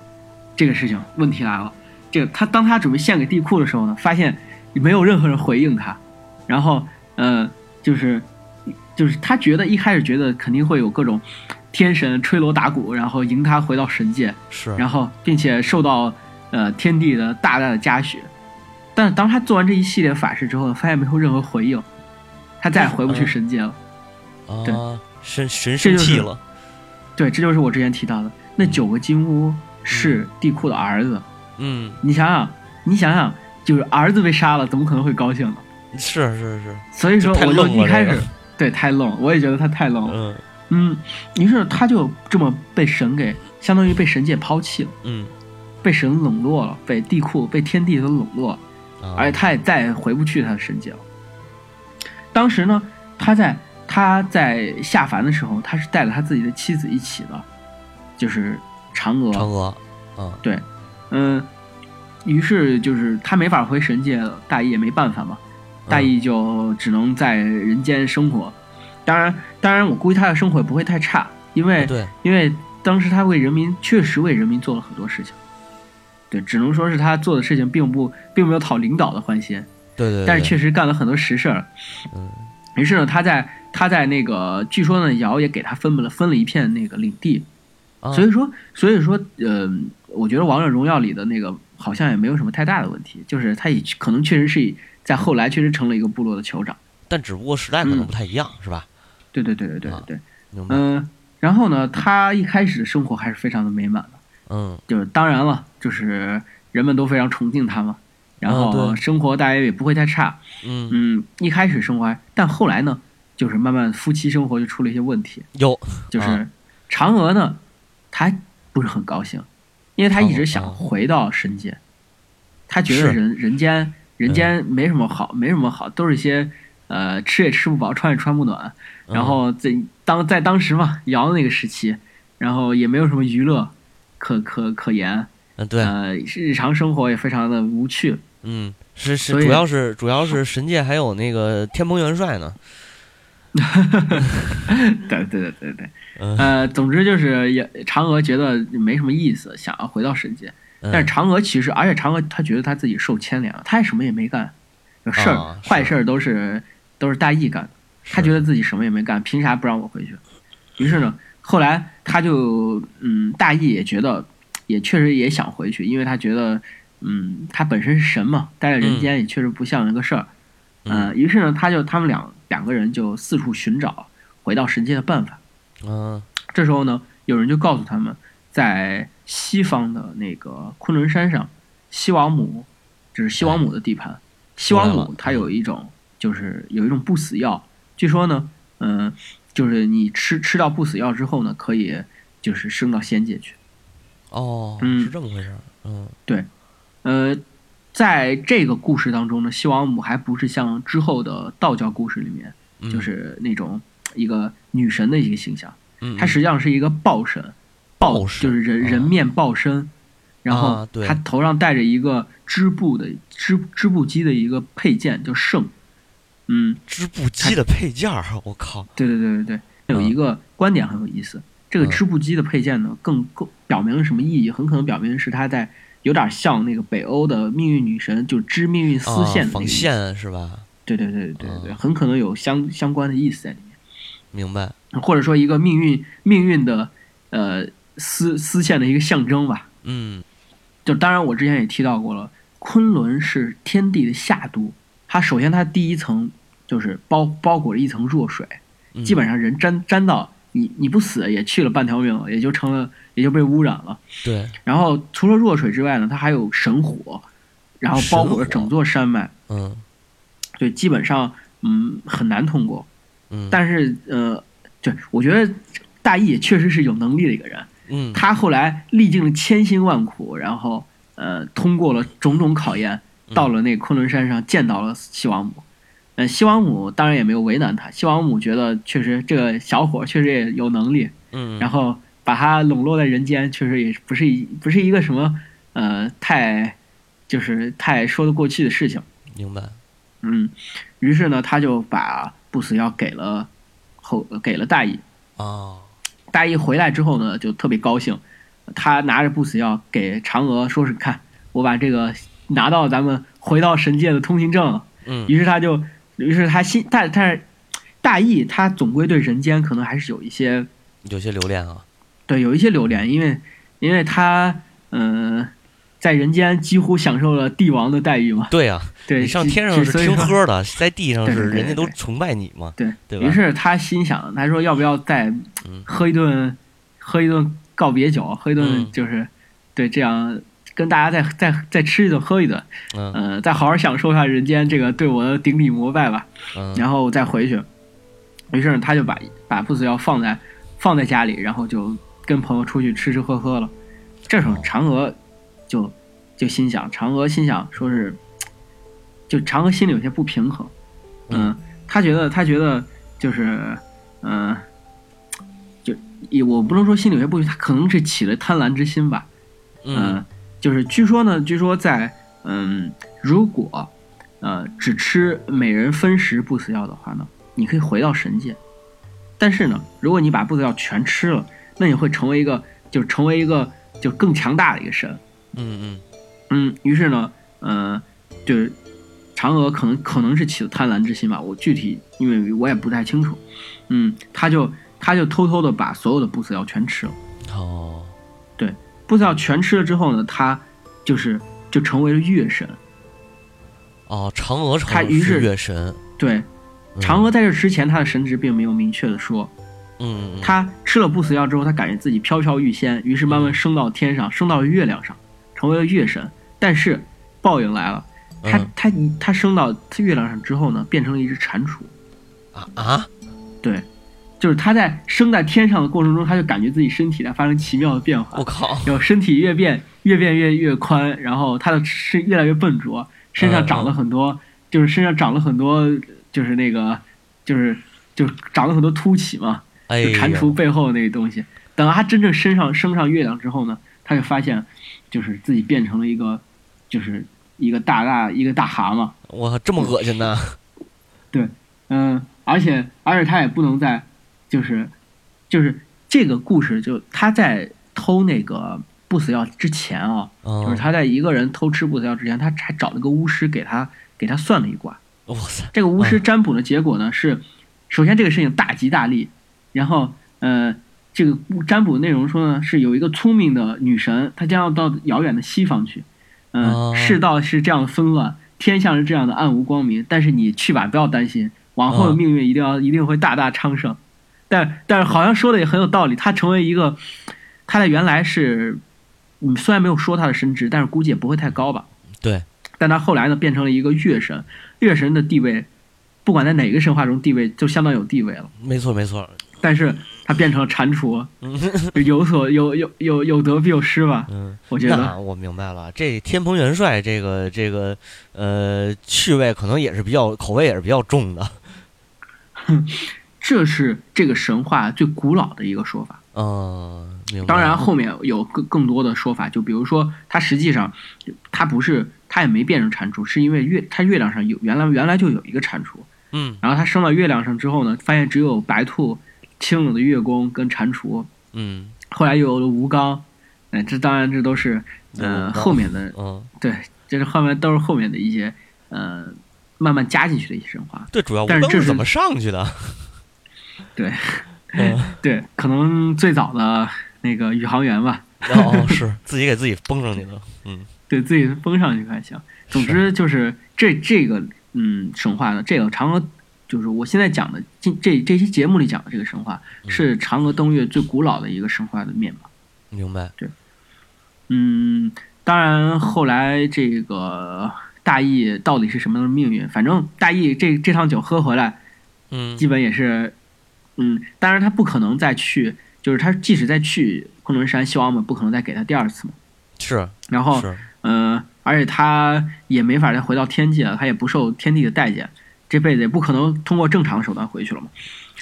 [SPEAKER 2] 这个事情问题来了，这个他当他准备献给地库的时候呢，发现没有任何人回应他，然后呃，就是就是他觉得一开始觉得肯定会有各种天神吹锣打鼓，然后迎他回到神界，
[SPEAKER 1] 是，
[SPEAKER 2] 然后并且受到呃天地的大大的嘉许。但是当他做完这一系列法事之后呢，发现没有任何回应，他再也回不去神界
[SPEAKER 1] 嗯
[SPEAKER 2] 了。对
[SPEAKER 1] 啊，神神
[SPEAKER 2] 这
[SPEAKER 1] 生
[SPEAKER 2] 就是
[SPEAKER 1] 气了，
[SPEAKER 2] 对，这就是我之前提到的那九个金乌是地库的儿子。
[SPEAKER 1] 嗯，
[SPEAKER 2] 你想想，你想想，就是儿子被杀了，怎么可能会高兴呢？
[SPEAKER 1] 是是是，
[SPEAKER 2] 所以说，
[SPEAKER 1] 这太
[SPEAKER 2] 我就
[SPEAKER 1] 愣了
[SPEAKER 2] 一开
[SPEAKER 1] 这
[SPEAKER 2] 始
[SPEAKER 1] 个
[SPEAKER 2] 对太愣，我也觉得他太愣了。
[SPEAKER 1] 嗯
[SPEAKER 2] 嗯，于是他就这么被神给，相当于被神界抛弃了，
[SPEAKER 1] 嗯，
[SPEAKER 2] 被神冷落了，被地库、被天地所冷落了，
[SPEAKER 1] 啊
[SPEAKER 2] 而且他也再也回不去他的神界了。当时呢，他在他在下凡的时候，他是带着他自己的妻子一起的，就是嫦娥。
[SPEAKER 1] 嫦娥，嗯
[SPEAKER 2] 嗯，于是就是他没法回神界了，大义也没办法嘛，大义就只能在人间生活。当然，当然，我估计他的生活也不会太差，因为
[SPEAKER 1] 对，
[SPEAKER 2] 因为当时他为人民确实为人民做了很多事情。对，只能说是他做的事情并不并没有讨领导的欢心，
[SPEAKER 1] 对对，
[SPEAKER 2] 但是确
[SPEAKER 1] 实，
[SPEAKER 2] 实干了很多实事儿。
[SPEAKER 1] 嗯
[SPEAKER 2] 于是呢，他在他在那个，据说呢，尧也给他分了分了一片那个领地，
[SPEAKER 1] 啊
[SPEAKER 2] 所以说，所以说，呃，我觉得《王者荣耀》里的那个好像也没有什么太大的问题，就是他也可能确实是以在后来确实成了一个部落的酋长。
[SPEAKER 1] 但只不过时代可
[SPEAKER 2] 嗯
[SPEAKER 1] 能不太一样，是吧？
[SPEAKER 2] 对对对对对对对，
[SPEAKER 1] 明白？
[SPEAKER 2] 嗯、然后呢，他一开始的生活还是非常的美满的，
[SPEAKER 1] 嗯，
[SPEAKER 2] 就是当然了，就是人们都非常崇敬他嘛，然
[SPEAKER 1] 啊
[SPEAKER 2] 后
[SPEAKER 1] 对
[SPEAKER 2] 生活大家也不会太差。
[SPEAKER 1] 嗯，
[SPEAKER 2] 嗯，一开始生活还，但后来呢，就是慢慢夫妻生活就出了一些问题。
[SPEAKER 1] 有，啊
[SPEAKER 2] 就是嫦娥呢，她不是很高兴，因为她一
[SPEAKER 1] 嫦
[SPEAKER 2] 直
[SPEAKER 1] 娥
[SPEAKER 2] 想
[SPEAKER 1] 啊
[SPEAKER 2] 回到神界，她觉得
[SPEAKER 1] 是嗯
[SPEAKER 2] 人人间人间没什么好，没什么好，都是一些呃吃也吃不饱，穿也穿不暖，
[SPEAKER 1] 嗯
[SPEAKER 2] 然后在当在当时嘛，尧那个时期，然后也没有什么娱乐可可可言，
[SPEAKER 1] 嗯，对，
[SPEAKER 2] 呃，日常生活也非常的无趣，
[SPEAKER 1] 嗯，是是，
[SPEAKER 2] 所以
[SPEAKER 1] 主要是主要是神界还有那个天蓬元帅呢，
[SPEAKER 2] 对对对对对，
[SPEAKER 1] 嗯
[SPEAKER 2] 呃，总之就是也嫦娥觉得没什么意思，想要回到神界。
[SPEAKER 1] 嗯
[SPEAKER 2] 但是嫦娥其实，而且嫦娥她觉得她自己受牵连了，她也什么也没干，有事儿、
[SPEAKER 1] 啊是
[SPEAKER 2] 坏事儿都是都是大义干的，她
[SPEAKER 1] 是
[SPEAKER 2] 觉得自己什么也没干，凭啥不让我回去？于是呢，后来她就嗯，大义也觉得也确实也想回去，因为她觉得嗯，她本身是神嘛，待在人间也确实不像一个事儿。
[SPEAKER 1] 嗯
[SPEAKER 2] 呃，于是呢，他就他们两两个人就四处寻找回到神界的办法。
[SPEAKER 1] 嗯
[SPEAKER 2] 这时候呢，有人就告诉他们，在西方的那个昆仑山上，西王母，这是西王母的地盘。嗯西王
[SPEAKER 1] 我来
[SPEAKER 2] 母
[SPEAKER 1] 了
[SPEAKER 2] 它有一种，就是有一种不死药，据说呢，嗯、就是你吃吃到不死药之后呢，可以就是升到仙界去。
[SPEAKER 1] 哦，
[SPEAKER 2] 嗯
[SPEAKER 1] 是这么回事儿，嗯
[SPEAKER 2] 呃，在这个故事当中呢，西王母还不是像之后的道教故事里面，
[SPEAKER 1] 嗯
[SPEAKER 2] 就是那种一个女神的一个形象，
[SPEAKER 1] 嗯，
[SPEAKER 2] 她实际上是一个豹神，
[SPEAKER 1] 豹神
[SPEAKER 2] 就是人、
[SPEAKER 1] 啊
[SPEAKER 2] 人面豹身，然后
[SPEAKER 1] 啊对
[SPEAKER 2] 她头上戴着一个织布的织织布机的一个配件叫圣，嗯，
[SPEAKER 1] 织布机的配件儿，我靠，
[SPEAKER 2] 对对对对对，有
[SPEAKER 1] 啊
[SPEAKER 2] 一个观点很有意思，这个
[SPEAKER 1] 嗯
[SPEAKER 2] 织布机的配件呢，更更表明了什么意义？很可能表明是它在有点像那个北欧的命运女神，就织命运丝
[SPEAKER 1] 啊
[SPEAKER 2] 线的那个
[SPEAKER 1] 纺
[SPEAKER 2] 意思。
[SPEAKER 1] 线是吧？
[SPEAKER 2] 对对对对对对，
[SPEAKER 1] 啊
[SPEAKER 2] 很可能有相相关的意思在里
[SPEAKER 1] 明白，
[SPEAKER 2] 面，或者说一个命运命运的呃丝丝线的一个象征吧。
[SPEAKER 1] 嗯
[SPEAKER 2] 就当然我之前也提到过了，昆仑是天地的下都，它首先它第一层就是包包裹着一层弱水。
[SPEAKER 1] 嗯，
[SPEAKER 2] 基本上人沾沾到你，你不死也去了半条命了，也就成了，也就被污染了。
[SPEAKER 1] 对，
[SPEAKER 2] 然后除了弱水之外呢，它还有神火，然后包裹着整座山脉，
[SPEAKER 1] 嗯
[SPEAKER 2] 对，基本上嗯很难通过。
[SPEAKER 1] 嗯，
[SPEAKER 2] 但是呃，对我觉得大义也确实是有能力的一个人，
[SPEAKER 1] 嗯
[SPEAKER 2] 他后来历尽了千辛万苦，然后呃通过了种种考验，到了那昆仑山上见到了西王母。呃，西王母当然也没有为难他，西王母觉得确实这个小伙儿确实也有能力，
[SPEAKER 1] 嗯，
[SPEAKER 2] 然后把他笼络在人间，确实也不是一不是一个什么呃太就是太说得过去的事情。
[SPEAKER 1] 明白，
[SPEAKER 2] 嗯，于是呢，他就把不死药给了后给了大义，
[SPEAKER 1] 哦，
[SPEAKER 2] 大义回来之后呢，就特别高兴，他拿着不死药给嫦娥说是看，我把这个拿到咱们回到神界的通行证了。
[SPEAKER 1] 嗯
[SPEAKER 2] 于是他就，于是他心，但但是大义他总归对人间可能还是有一些
[SPEAKER 1] 有些留恋啊，
[SPEAKER 2] 对有一些留恋，因为因为他嗯、呃在人间几乎享受了帝王的待遇嘛。
[SPEAKER 1] 对呀，啊
[SPEAKER 2] 对，
[SPEAKER 1] 你上
[SPEAKER 2] 只
[SPEAKER 1] 天上是
[SPEAKER 2] 所以
[SPEAKER 1] 听
[SPEAKER 2] 说
[SPEAKER 1] 喝的，在地上
[SPEAKER 2] 对
[SPEAKER 1] 是
[SPEAKER 2] 对对
[SPEAKER 1] 人家都
[SPEAKER 2] 对
[SPEAKER 1] 崇拜你嘛，
[SPEAKER 2] 对，
[SPEAKER 1] 对吧
[SPEAKER 2] 于是他心想，他说要不要再
[SPEAKER 1] 嗯
[SPEAKER 2] 喝一顿，喝一顿告别酒，喝一顿
[SPEAKER 1] 嗯
[SPEAKER 2] 就是，对，这样跟大家再再再吃一顿，喝一顿，
[SPEAKER 1] 嗯
[SPEAKER 2] 呃，再好好享受一下人间这个对我的顶礼膜拜吧，
[SPEAKER 1] 嗯
[SPEAKER 2] 呃然后再回去。于是呢他就把把不死药放在放在家里，然后就跟朋友出去吃吃喝喝了。这时候
[SPEAKER 1] 哦
[SPEAKER 2] 嫦娥就就心想，嫦娥心想说是，就嫦娥心里有些不平衡。呃嗯，他觉得他觉得就是，嗯、就也我不能说心里有些不愉快，他可能是起了贪婪之心吧。嗯、
[SPEAKER 1] 嗯
[SPEAKER 2] 就是据说呢，据说在嗯，如果呃只吃每人分食不死药的话呢，你可以回到神界。但是呢，如果你把不死药全吃了，那你会成为一个就成为一个就更强大的一个神。
[SPEAKER 1] 嗯
[SPEAKER 2] 嗯，于是呢，呃，就是嫦娥可能可能是起了贪婪之心吧，我具体因为我也不太清楚。嗯，他就他就偷偷的把所有的不死药全吃了。
[SPEAKER 1] 嗯，哦，
[SPEAKER 2] 不死药全吃了之后呢，他就是就成为了月神。
[SPEAKER 1] 哦，嫦娥成
[SPEAKER 2] 他于是
[SPEAKER 1] 月神，
[SPEAKER 2] 对，
[SPEAKER 1] 嗯
[SPEAKER 2] 嫦娥，在这之前，她的神职并没有明确的说，
[SPEAKER 1] 嗯，嗯，
[SPEAKER 2] 她吃了不死药之后，她感觉自己飘飘欲仙，于是慢慢升到天上，升到了月亮上，成为了月神。但是报应来了，她
[SPEAKER 1] 嗯
[SPEAKER 2] 她她升到月亮上之后呢，变成了一只蟾蜍。
[SPEAKER 1] 啊啊，
[SPEAKER 2] 就是她在升在天上的过程中，她就感觉自己身体在发生奇妙的变化
[SPEAKER 1] 我，靠，
[SPEAKER 2] 然后身体越变越变越越宽，然后她的身越来越笨拙，身
[SPEAKER 1] 嗯
[SPEAKER 2] 上长了很多，就是身上长了很多，就是那个，就是就是长了很多凸起嘛。
[SPEAKER 1] 哎
[SPEAKER 2] 就
[SPEAKER 1] 呀，
[SPEAKER 2] 蟾蜍背后那个东西。等到他真正升上升上月亮之后呢，他就发现，就是自己变成了一个，就是一个大大一个大蛤蟆。
[SPEAKER 1] 哇，这么恶心呢？
[SPEAKER 2] 嗯，而且而且他也不能再，就是就是这个故事就他在偷那个不死药之前啊，
[SPEAKER 1] 嗯，
[SPEAKER 2] 就是他在一个人偷吃不死药之前，他还找了个巫师给他给他算了一卦。
[SPEAKER 1] 哇塞，
[SPEAKER 2] 这个巫师占卜的结果呢是，首先这个事情大吉大利，然后呃，这个巫占卜内容说呢是有一个聪明的女神，她将要到遥远的西方去，嗯、
[SPEAKER 1] 哦
[SPEAKER 2] 世道是这样的纷乱，天象是这样的暗无光明，但是你去吧，不要担心，往后的
[SPEAKER 1] 嗯
[SPEAKER 2] 命运一定要、一定会大大昌盛。但但是好像说的也很有道理，她成为一个，她在原来是，嗯，虽然没有说她的神职，但是估计也不会太高吧。
[SPEAKER 1] 对，
[SPEAKER 2] 但他后来呢变成了一个月神，月神的地位，不管在哪个神话中地位就相当有地位了。
[SPEAKER 1] 没错没错，
[SPEAKER 2] 但是他变成了蟾蜍，
[SPEAKER 1] 嗯
[SPEAKER 2] 有所有有有有得必有失吧，
[SPEAKER 1] 嗯。
[SPEAKER 2] 我觉得。
[SPEAKER 1] 那我明白了，这天蓬元帅这个这个呃趣味可能也是比较口味也是比较重的，
[SPEAKER 2] 这是这个神话最古老的一个说法。
[SPEAKER 1] 嗯，明白。
[SPEAKER 2] 当然，，后面有更更多的说法，就比如说，它实际上，它不是，它也没变成蟾蜍，是因为月，它月亮上有原来原来就有一个蟾蜍，
[SPEAKER 1] 嗯
[SPEAKER 2] 然后它升到月亮上之后呢，发现只有白兔、清冷的月宫跟蟾蜍，
[SPEAKER 1] 嗯
[SPEAKER 2] 后来又有了吴刚，嗯，这当然这都是呃
[SPEAKER 1] 吴刚
[SPEAKER 2] 后面的，
[SPEAKER 1] 嗯，
[SPEAKER 2] 对，这是后面都是后面的一些呃慢慢加进去的一些神话，
[SPEAKER 1] 对，主要吴
[SPEAKER 2] 但是
[SPEAKER 1] 刚
[SPEAKER 2] 这
[SPEAKER 1] 是
[SPEAKER 2] 是
[SPEAKER 1] 怎么上去的？
[SPEAKER 2] 对
[SPEAKER 1] 嗯，
[SPEAKER 2] 对，可能最早的那个宇航员吧，
[SPEAKER 1] <laughs> 哦，是自己给自己崩上去的，嗯，
[SPEAKER 2] 对自己封上去还行。总
[SPEAKER 1] 是，
[SPEAKER 2] 之就是这这个嗯神话呢，这个嫦娥就是我现在讲的这这这期节目里讲的这个神话，
[SPEAKER 1] 嗯
[SPEAKER 2] 是嫦娥登月最古老的一个神话的面貌。
[SPEAKER 1] 明白，
[SPEAKER 2] 嗯，当然后来这个大义到底是什么样的命运，反正大义这这趟酒喝回来，
[SPEAKER 1] 嗯
[SPEAKER 2] 基本也是，嗯，当然他不可能再去，就是他即使再去昆仑山，西王母不可能再给他第二次嘛。
[SPEAKER 1] 是
[SPEAKER 2] 然后，
[SPEAKER 1] 是，
[SPEAKER 2] 嗯，而且他也没法再回到天界了，他也不受天地的待见，这辈子也不可能通过正常的手段回去了嘛。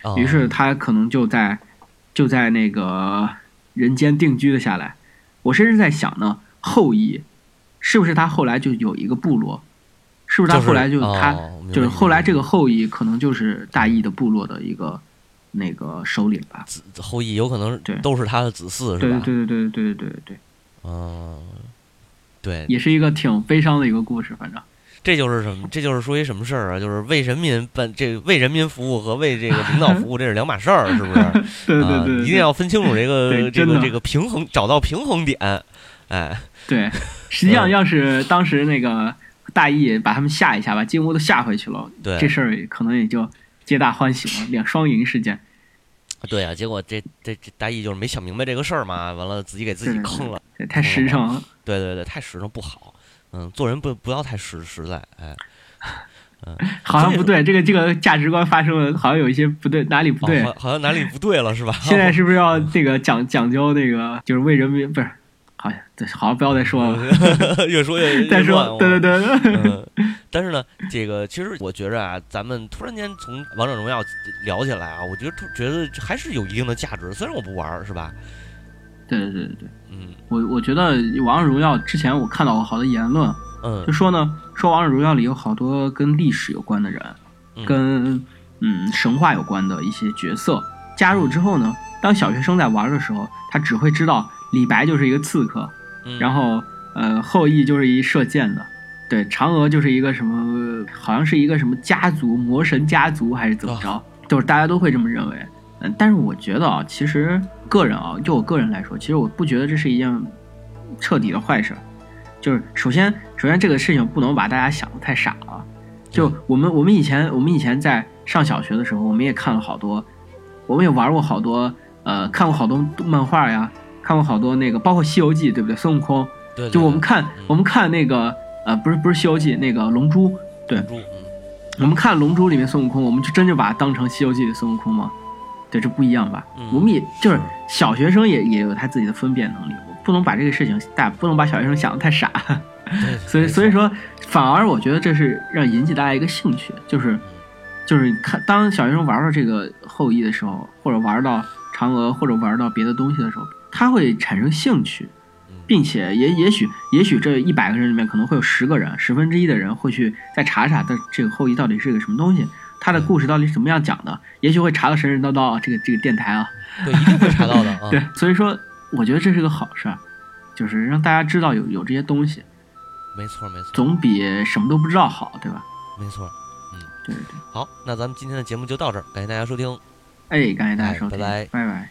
[SPEAKER 1] 哦
[SPEAKER 2] 于是他可能就在就在那个人间定居了下来。我甚至在想呢，后羿是不是他后来就有一个部落？是不是他后来就
[SPEAKER 1] 哦
[SPEAKER 2] 他就是后来这
[SPEAKER 1] 个
[SPEAKER 2] 个后羿可能就是大羿的部落的一个那个首领吧？
[SPEAKER 1] 后羿有可能
[SPEAKER 2] 对
[SPEAKER 1] 都是他的子嗣，
[SPEAKER 2] 对
[SPEAKER 1] 是吧？
[SPEAKER 2] 对对对对对对对，
[SPEAKER 1] 嗯，对，
[SPEAKER 2] 也是一个挺悲伤的一个故事，反正
[SPEAKER 1] 这就是什么？这就是说一什么事儿啊？就是为人民办这个为人民服务和为这个领导
[SPEAKER 2] <laughs>
[SPEAKER 1] 服务，这是两码事儿，是不是？
[SPEAKER 2] 对
[SPEAKER 1] 啊
[SPEAKER 2] 对对，
[SPEAKER 1] 一定要分清楚这个
[SPEAKER 2] 对
[SPEAKER 1] 这
[SPEAKER 2] 真
[SPEAKER 1] 个
[SPEAKER 2] 的
[SPEAKER 1] 这个平衡，找到平衡点。哎，
[SPEAKER 2] 对。实际
[SPEAKER 1] 嗯
[SPEAKER 2] 上，要是当时那个大羿把他们吓一吓，把金乌都吓回去了，这
[SPEAKER 1] 对
[SPEAKER 2] 事儿也可能也就皆大欢喜了，两双赢事件。
[SPEAKER 1] 对啊，结果这这这大义就是没想明白这个事儿嘛，完了自己给自己
[SPEAKER 2] 对对
[SPEAKER 1] 坑了。
[SPEAKER 2] 对，太实诚了。
[SPEAKER 1] 对对对，太实诚不好。嗯，做人不不要太实实在。哎，
[SPEAKER 2] 好像不对，这个这个价值观发生了，好像有一些不对，哪里不
[SPEAKER 1] 哦 <laughs>
[SPEAKER 2] 对？
[SPEAKER 1] 好好像哪里不对了是吧？
[SPEAKER 2] 现在是不是要这个讲讲究那个，就是为人民不是好像对，好，不要再说了，
[SPEAKER 1] 嗯越说
[SPEAKER 2] <laughs>
[SPEAKER 1] 越
[SPEAKER 2] 再
[SPEAKER 1] 越乱
[SPEAKER 2] 说，
[SPEAKER 1] 我
[SPEAKER 2] 对对对，
[SPEAKER 1] 嗯，但是呢，这个其实我觉着啊，咱们突然间从王者荣耀聊起来啊，我觉得突觉得还是有一定的价值。虽然我不玩儿，是吧？
[SPEAKER 2] 对对对对对，
[SPEAKER 1] 嗯
[SPEAKER 2] 我我觉得《王者荣耀》之前我看到过好多言论，
[SPEAKER 1] 嗯
[SPEAKER 2] 就说呢，说《王者荣耀》里有好多跟历史有关的人，
[SPEAKER 1] 嗯
[SPEAKER 2] 跟嗯神话有关的一些角色加入之后呢，当小学生在玩的时候，他只会知道李白就是一个刺客，
[SPEAKER 1] 嗯，
[SPEAKER 2] 然后呃后羿就是一射箭的，对，嫦娥就是一个什么，好像是一个什么家族魔神家族还是怎么着，就是大家都会这么认为。嗯，但是我觉得啊，其实个人啊，就我个人来说，其实我不觉得这是一件彻底的坏事儿。就是首先，首先这个事情不能把大家想的太傻了。就我们我们以前我们以前在上小学的时候，我们也看了好多，我们也玩过好多，呃，看过好多漫画呀，看过好多那个，包括《西游记》，对不对？孙悟空，
[SPEAKER 1] 对对
[SPEAKER 2] 就我
[SPEAKER 1] 对
[SPEAKER 2] 们看
[SPEAKER 1] 嗯
[SPEAKER 2] 我们看那个呃，不是不是《西游记》，那个《龙珠》，对
[SPEAKER 1] 龙，珠，嗯
[SPEAKER 2] 我们看《龙珠》里面孙悟空，我们就真就把它当成《西游记》里孙悟空吗？对，这不一样吧？
[SPEAKER 1] 嗯
[SPEAKER 2] 我们也就是小学生也也有他自己的分辨能力，我不能把这个事情大不能把小学生想的太傻，
[SPEAKER 1] 对，
[SPEAKER 2] 所以
[SPEAKER 1] 没错
[SPEAKER 2] 所以，说，反而我觉得这是让引起大家一个兴趣，就是
[SPEAKER 1] 嗯
[SPEAKER 2] 就是看当小学生玩到这个后羿的时候，或者玩到嫦娥，或者玩到别的东西的时候，他会产生兴趣，
[SPEAKER 1] 嗯
[SPEAKER 2] 并且也也许也许这一百个人里面可能会有十个人，十分之一的人会去再查查他这个后羿到底是个什么东西，他的故事到底是怎么样讲的，也许会查个神神叨叨啊，这个这个电台啊，
[SPEAKER 1] 对，一定会查到的啊。
[SPEAKER 2] <laughs> 对，所以说我觉得这是个好事儿，就是让大家知道有有这些东西，
[SPEAKER 1] 没错没错
[SPEAKER 2] 总比什么都不知道好，对吧？
[SPEAKER 1] 没错。
[SPEAKER 2] 对对对，
[SPEAKER 1] 好，那咱们今天的节目就到这儿，感谢大家收听。
[SPEAKER 2] 哎，感谢大
[SPEAKER 1] 哎
[SPEAKER 2] 家收
[SPEAKER 1] 拜
[SPEAKER 2] 听，
[SPEAKER 1] 拜
[SPEAKER 2] 拜拜